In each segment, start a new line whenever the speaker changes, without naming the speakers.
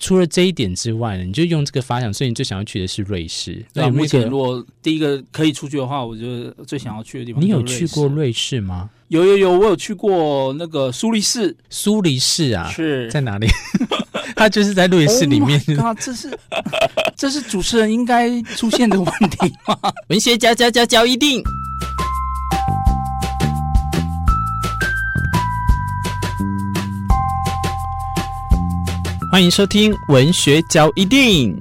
除了这一点之外呢，你就用这个发想，所以你最想要去的是瑞士。
对
有
啊，
没有
目
一个
前如果第一个可以出去的话，我觉得最想要去的地方
你
就是
有
瑞士。
去过瑞士吗？
有有有，我有去过那个苏黎世，
苏黎世啊，
是
在哪里？ 它就是在瑞士里面。
啊，这是这是主持人应该出现的问题吗？
文学家家家教一定。
欢迎收听文学交一定。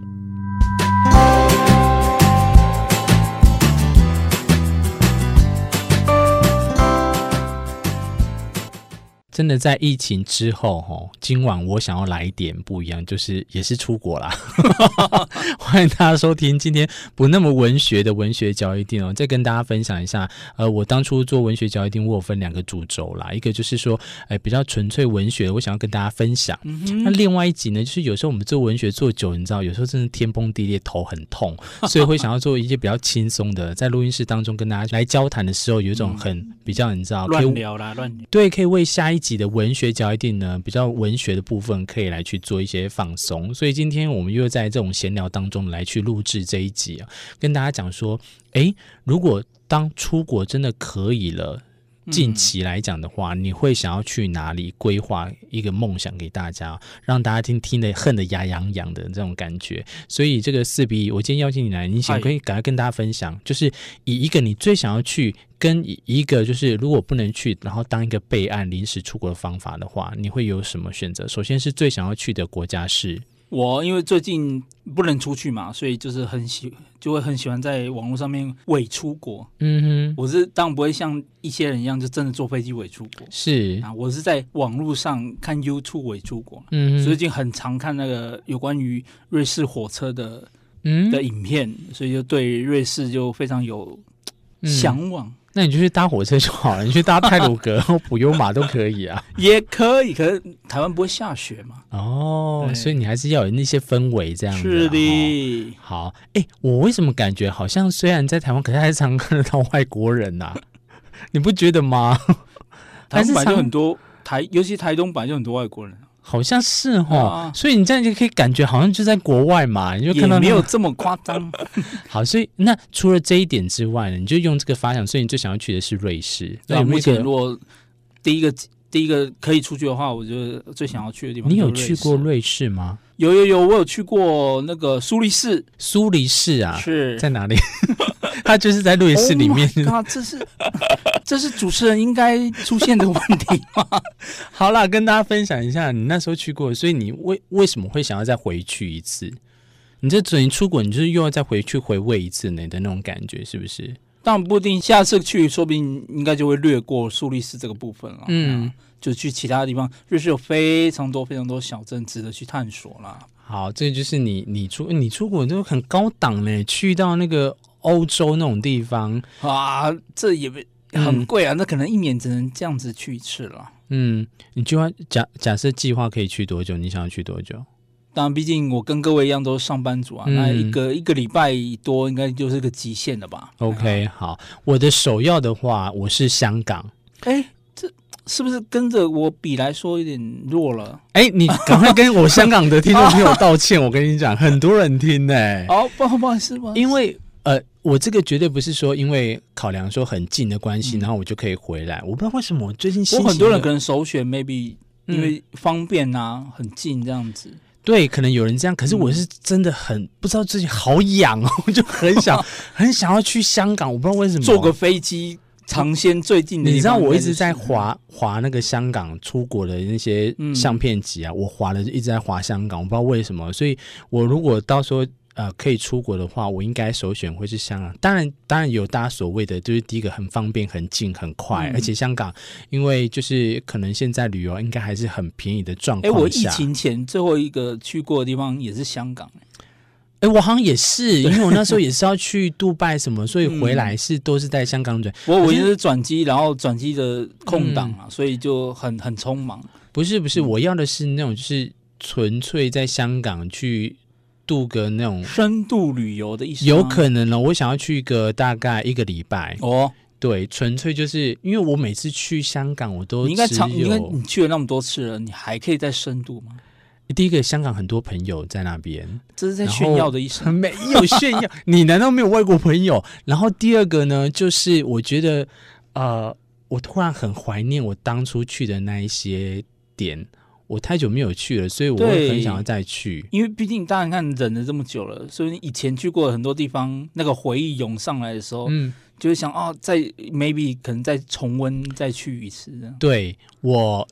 真的在疫情之后，哦，今晚我想要来一点不一样，就是也是出国啦。 欢迎大家收听今天不那么文学的文学交易定哦，再跟大家分享一下，呃，我当初做文学交易定，我有分两个主轴啦，一个就是说，哎、比较纯粹文学，我想要跟大家分享。
嗯
那
哼，
另外一集呢，就是有时候我们做文学做久，你知道，有时候真的天崩地裂，头很痛， 所以会想要做一些比较轻松的，在录音室当中跟大家来交谈的时候，有一种很比较你知道可以
嗯乱聊啦，乱聊。
对，可以为下一集的文学角一定呢比较文学的部分，可以来去做一些放松。所以今天我们又在这种闲聊当中来去录制这一集啊，跟大家讲说，诶，如果当出国真的可以了。近期来讲的话，你会想要去哪里？规划一个梦想给大家，让大家听听得恨得牙痒痒的这种感觉。所以这个四比，我今天邀请你来，你想
嗨
可以赶快跟大家分享，就是以一个你最想要去，跟以一个就是如果不能去，然后当一个备案临时出国的方法的话，你会有什么选择？首先是最想要去的国家是，
我因为最近不能出去嘛，所以就是很喜，就会很喜欢在网络上面伪出国。
嗯哼，
我是当然不会像一些人一样，就真的坐飞机伪出国
是，
啊，我是在网络上看 YouTube 伪出国。
嗯
最
哼，
近很常看那个有关于瑞士火车的
嗯
的影片，所以就对瑞士就非常有
嗯
向往。
那你就去搭火车就好了，你去搭泰鲁 格或普悠玛都可以啊。
也可以，可是台湾不会下雪嘛？
哦，
对
所以你还是要有那些氛围这样子、啊。
是
哦。
的，
好，哎、我为什么感觉好像虽然在台湾，可是还是常看得到外国人呐、 你不觉得吗？
台
还是
湾本来
常
就很多台，尤其台东本来就很多外国人，
好像是哦，
啊
所以你这样就可以感觉好像就在国外嘛，你就
也
看到
没
那
有
种
这么夸 张。
好，所以那除了这一点之外呢，你就用这个发想，所以你最想要去的是瑞士。
对
那
啊，
有没有
目
一个
前如果第一个第一个可以出去的话，我觉得最想要去的地方
你
就是
有
瑞士，
去过瑞士吗？
有有有，我有去过那个苏黎世，
苏黎世啊，
是
在哪里？ 它就是在瑞士里面。
啊，这是这是主持人应该出现的问题吗？
好啦，跟大家分享一下，你那时候去过，所以你为为什么会想要再回去一次？你这等于出国，你就是又要再回去回味一次你的那种感觉，是不是？
当然不一定，下次去说不定应该就会略过苏黎世这个部分了。
嗯，
就去其他地方，瑞士有非常多非常多小镇值得去探索啦。
好，这就是你你出你出国就很高档嘞，去到那个欧洲那种地方，
啊，这也没很贵啊，那可能一年只能这样子去一次了。
嗯，你就要假假设计划可以去多久？你想要去多久？
当然，毕竟我跟各位一样都是上班族啊，
嗯
那一个一个礼拜多应该就是个极限了吧
OK，好，我的首要的话，我是香港。
哎、这是不是跟着我比来说有点弱了？
哎，你赶快跟我香港的听众朋友道歉，我跟你讲，很多人听呢、
哦，不好不好意思，不好意思
哎因为呃，我这个绝对不是说因为考量说很近的关系，
嗯
然后我就可以回来。我不知道为什么我最近心
我
情
很多人
有
可能首选 maybe
嗯
因为方便啊，很近这样子。
对，可能有人这样，可是
嗯
我是真的很、不知道自己好痒哦，我就很 想很想要去香港，我不知道为什么
坐个。飞机，尝鲜最近的地
嗯
方
你知道我一直
应该
在
就是
划划那个香港出国的那些
嗯
相片集啊，我划的就一直在划香港，我不知道为什么。所以我如果到时候呃可以出国的话，我应该首选会是香港。当然，当然有大家所谓的，就是第一个很方便、很近、很快，
嗯
而且香港因为就是可能现在旅游应该还是很便宜的状
哎、我
况
疫
下。
情前最后一个去过的地方也是香港、欸
哎、我好像也是，因为我那 时候也是要去杜拜什么，所以
嗯
回来是都是在香港转。
我
可
我
是嗯
就是转机，然后转机的空档啊，所以就很很匆忙。
不是不是，我要的是那种就是纯粹在香港去度个那种，
深度旅游的意思
嗯
吗
有可能哦呢，我想要去一个大概一个礼拜。
哦，
对，纯粹就是因为我每次去香港，我都
你应该
只
常，你应该
有
你去了那么多次了，你还可以再深度吗？
第一个，香港很多朋友在那边，
这是在炫耀的一 生。
没有炫耀，你难道没有外国朋友？然后第二个呢，就是我觉得，呃，我突然很怀念我当初去的那一些点，我太久没有去了，所以我会
对
很想要再去。
因为毕竟，当然看忍了这么久了，所以你以前去过的很多地方，那个回忆涌上来的时候，
嗯，
就会想哦，再 maybe 可能再重温再去一次这样。
对我，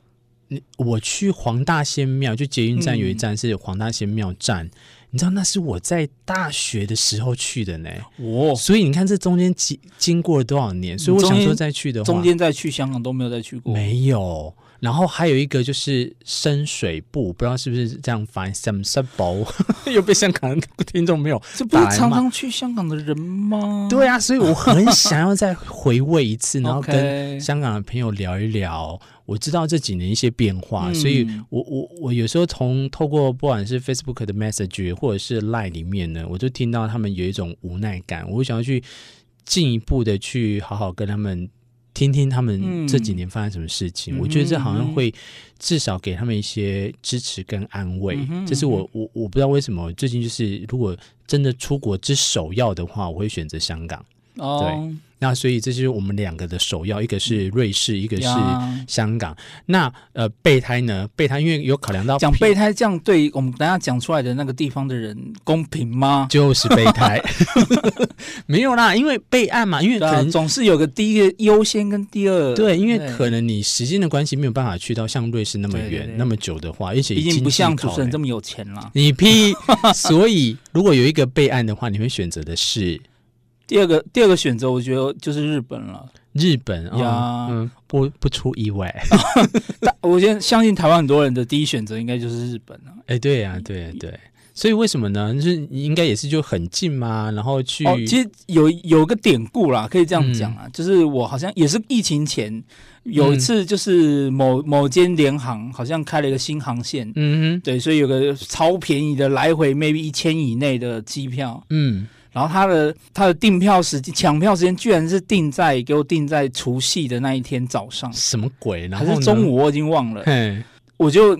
你我去黄大仙庙，就捷运站有一
嗯
站是黄大仙庙站，你知道那是我在大学的时候去的呢，
哦，
所以你看这中间经经过了多少年，所以我
中
想说
间
再去的话，
中间哦再去香港都没有再去过。
没有。然后还有一个就是深水埗，不知道是不是这样发音，深水埗 又被香港的听众没有。
这不是常常去香港的人吗？
对啊，所以我很想要再回味一次，然后跟
OK
香港的朋友聊一聊。我知道这几年一些变化，
嗯
所以我我我有时候从透过不管是 Facebook 的 Message 或者是 Line 里面呢，我就听到他们有一种无奈感，我想要去进一步的去好好跟他们。听听他们
嗯
这几年发生什么事情，
嗯哼
我觉得这好
嗯
像
哼
会至少给他们一些支持跟安慰。
嗯哼
这是我
嗯
我我不知道为什么最近就是，如果真的出国之首要的话，我会选择香港。
哦，
那所以这就是我们两个的首要，一个是瑞士，一个是
呀
香港。那呃，备胎呢？备胎因为有考量到
讲
品
备胎这样对我们等一下讲出来的那个地方的人公平吗？
就是备胎， 没有啦，因为备案嘛，因为
对
可
啊，
能
总是有个第一个优先跟第二。
对，因为
对
可能你时间的关系没有办法去到像瑞士那么
对对
远
对
那么久的话，而且
毕竟不像主持人这
么
么有钱啦。
你屁，所以如果有一个备案的话，你会选择的是
第二个第二个选择，我觉得就是日本了。
日本啊
呀，
嗯，不不出意外，
但我现在相信台湾很多人的第一选择应该就是日本了。
哎，对呀、对呀、对。所以为什么呢？就是你应该也是就很近嘛，然后去、嗯
哦，其实有有个典故啦，可以这样讲啊，就是我好像也是疫情前有
嗯
一次，就是某、某间联航好像开了一个新航线，
嗯哼
对，所以有个超便宜的来回 maybe 一千以内的机票，
嗯，
然后它的它的订票时间抢票时间居然是定在给我定在除夕的那一天早上，
什么鬼？然
还
后
是
呢
中？午我已经 忘了，
嘿，
我就。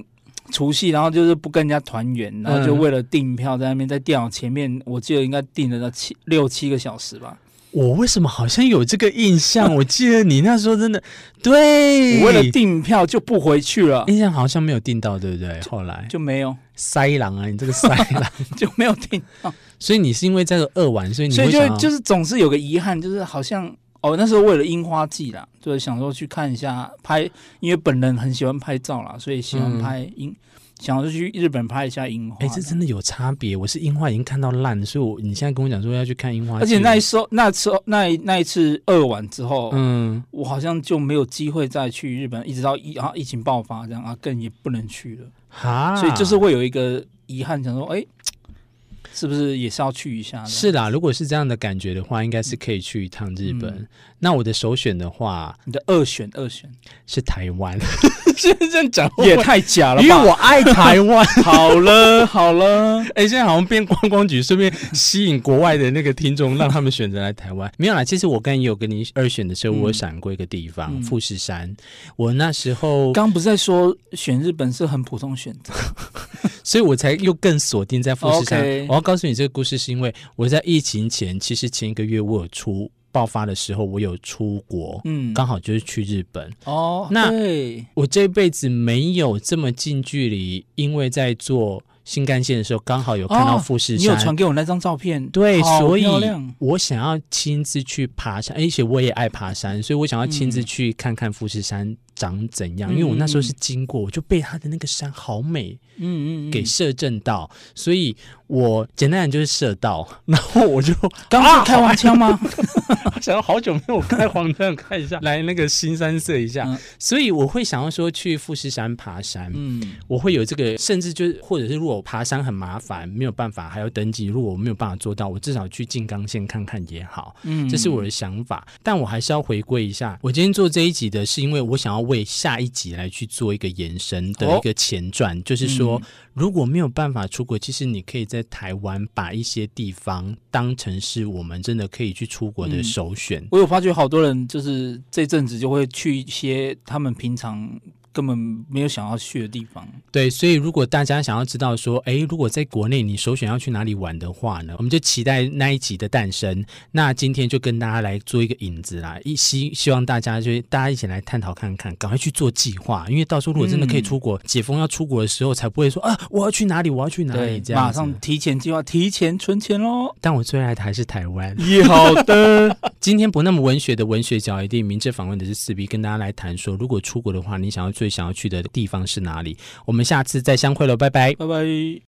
除夕，然后就是不跟人家团圆，然后就
嗯
为了订票在那边在电脑前面，我记得应该订了到七六七个小时吧。
我为什么好像有这个印象？ 我记得你那时候真的对，
我为了订票就不回去了，
印象好像没有订到，对不对？后来
就没有
塞狼啊，你这个塞狼，
就没有订到，
所以你是因为这个二玩，所以哎你
所
会
以就
想
会
要
就是总是有个遗憾，就是好像哦那时候为了樱花季啦，就是想说去看一下拍，因为本人很喜欢拍照啦，所以喜欢
嗯
拍樱，想要去日本拍一下樱花。
哎、这真的有差别。我是樱花已经看到烂，所以我你现在跟我讲说要去看樱花季，
而且那一时候那时候那一那一次二晚之后。
嗯，
我好像就没有机会再去日本，一直到疫啊疫情爆发这样啊，更也不能去了，
哈，
所以就是会有一个遗憾，想说，哎、是不是也是要去一下的？
是啦。如果是这样的感觉的话，应该是可以去一趟日本。
嗯
那我的首选的话
你的二选二选，
是台 湾，现在这样讲
也太假了吧！
因 为我爱台湾。
好了好了，
哎、现在好像变观光局，顺便吸引国外的那个听众，让他们选择来台湾。 没有啦，其实我刚才也有跟你二选的时候，
嗯
我有闪过一个地方，
嗯
富士山。我那时候，
刚不是在说选日本是很普通选择？
所以我才又更锁定在富士山。
OK
我要告诉你这个故事，是因为我在疫情前，其实前一个月我有出爆发的时候，我有出国，
嗯，
刚好就是去日本。
哦，
那
对，
我这辈子没有这么近距离，因为在坐新干线的时候，刚好有看到
哦
富士
你
山。
有传给我那张照片，
对，
好
所以
漂亮
我想要亲自去爬山，而且我也爱爬山，所以我想要亲自去看看富士山长怎样。因为我那时候是经过，我就被它的那个山好美
嗯嗯嗯，
给摄震到，所以我简单点就是摄到，然后我就
刚
啊
刚是开
好
黄腔吗？
想要好久没有开黄灯，看一下 来那个新山色一下，
嗯
所以我会想要说去富士山爬山。
嗯，
我会有这个，甚至就是，或者是如果爬山很麻烦，没有办法，还要登记，如果我没有办法做到，我至少去静冈县看看也好。
嗯
这是我的想法，但我还是要回归一下。我今天做这一集的是因为我想要为下一集来去做一个延伸的
哦嗯
一个前传，就是说，如果没有办法出国，其实你可以在台湾把一些地方当成是我们真的可以去出国的
嗯
首选。
我有发觉好多人就是这阵子就会去一些他们平常根本没有想要去的地方。
对，所以如果大家想要知道说，诶，如果在国内你首选要去哪里玩的话呢，我们就期待那一集的诞生。那今天就跟大家来做一个引子啦，一希希望大家就大家一起来探讨看看，赶快去做计划，因为到时候如果真的
嗯
可以出国，解封要出国的时候，才不会说啊，我要去哪里，我要去哪里
对
这，样
马
子
上提前计划，提前存钱喽。
但我最爱的还是台湾。
也好的，
今天不那么文学的文学角一定明哲访问的是四 B，跟大家来谈说，如果出国的话，你想要最想要去的地方是哪里？我们下次再相会喽，拜拜。
拜拜。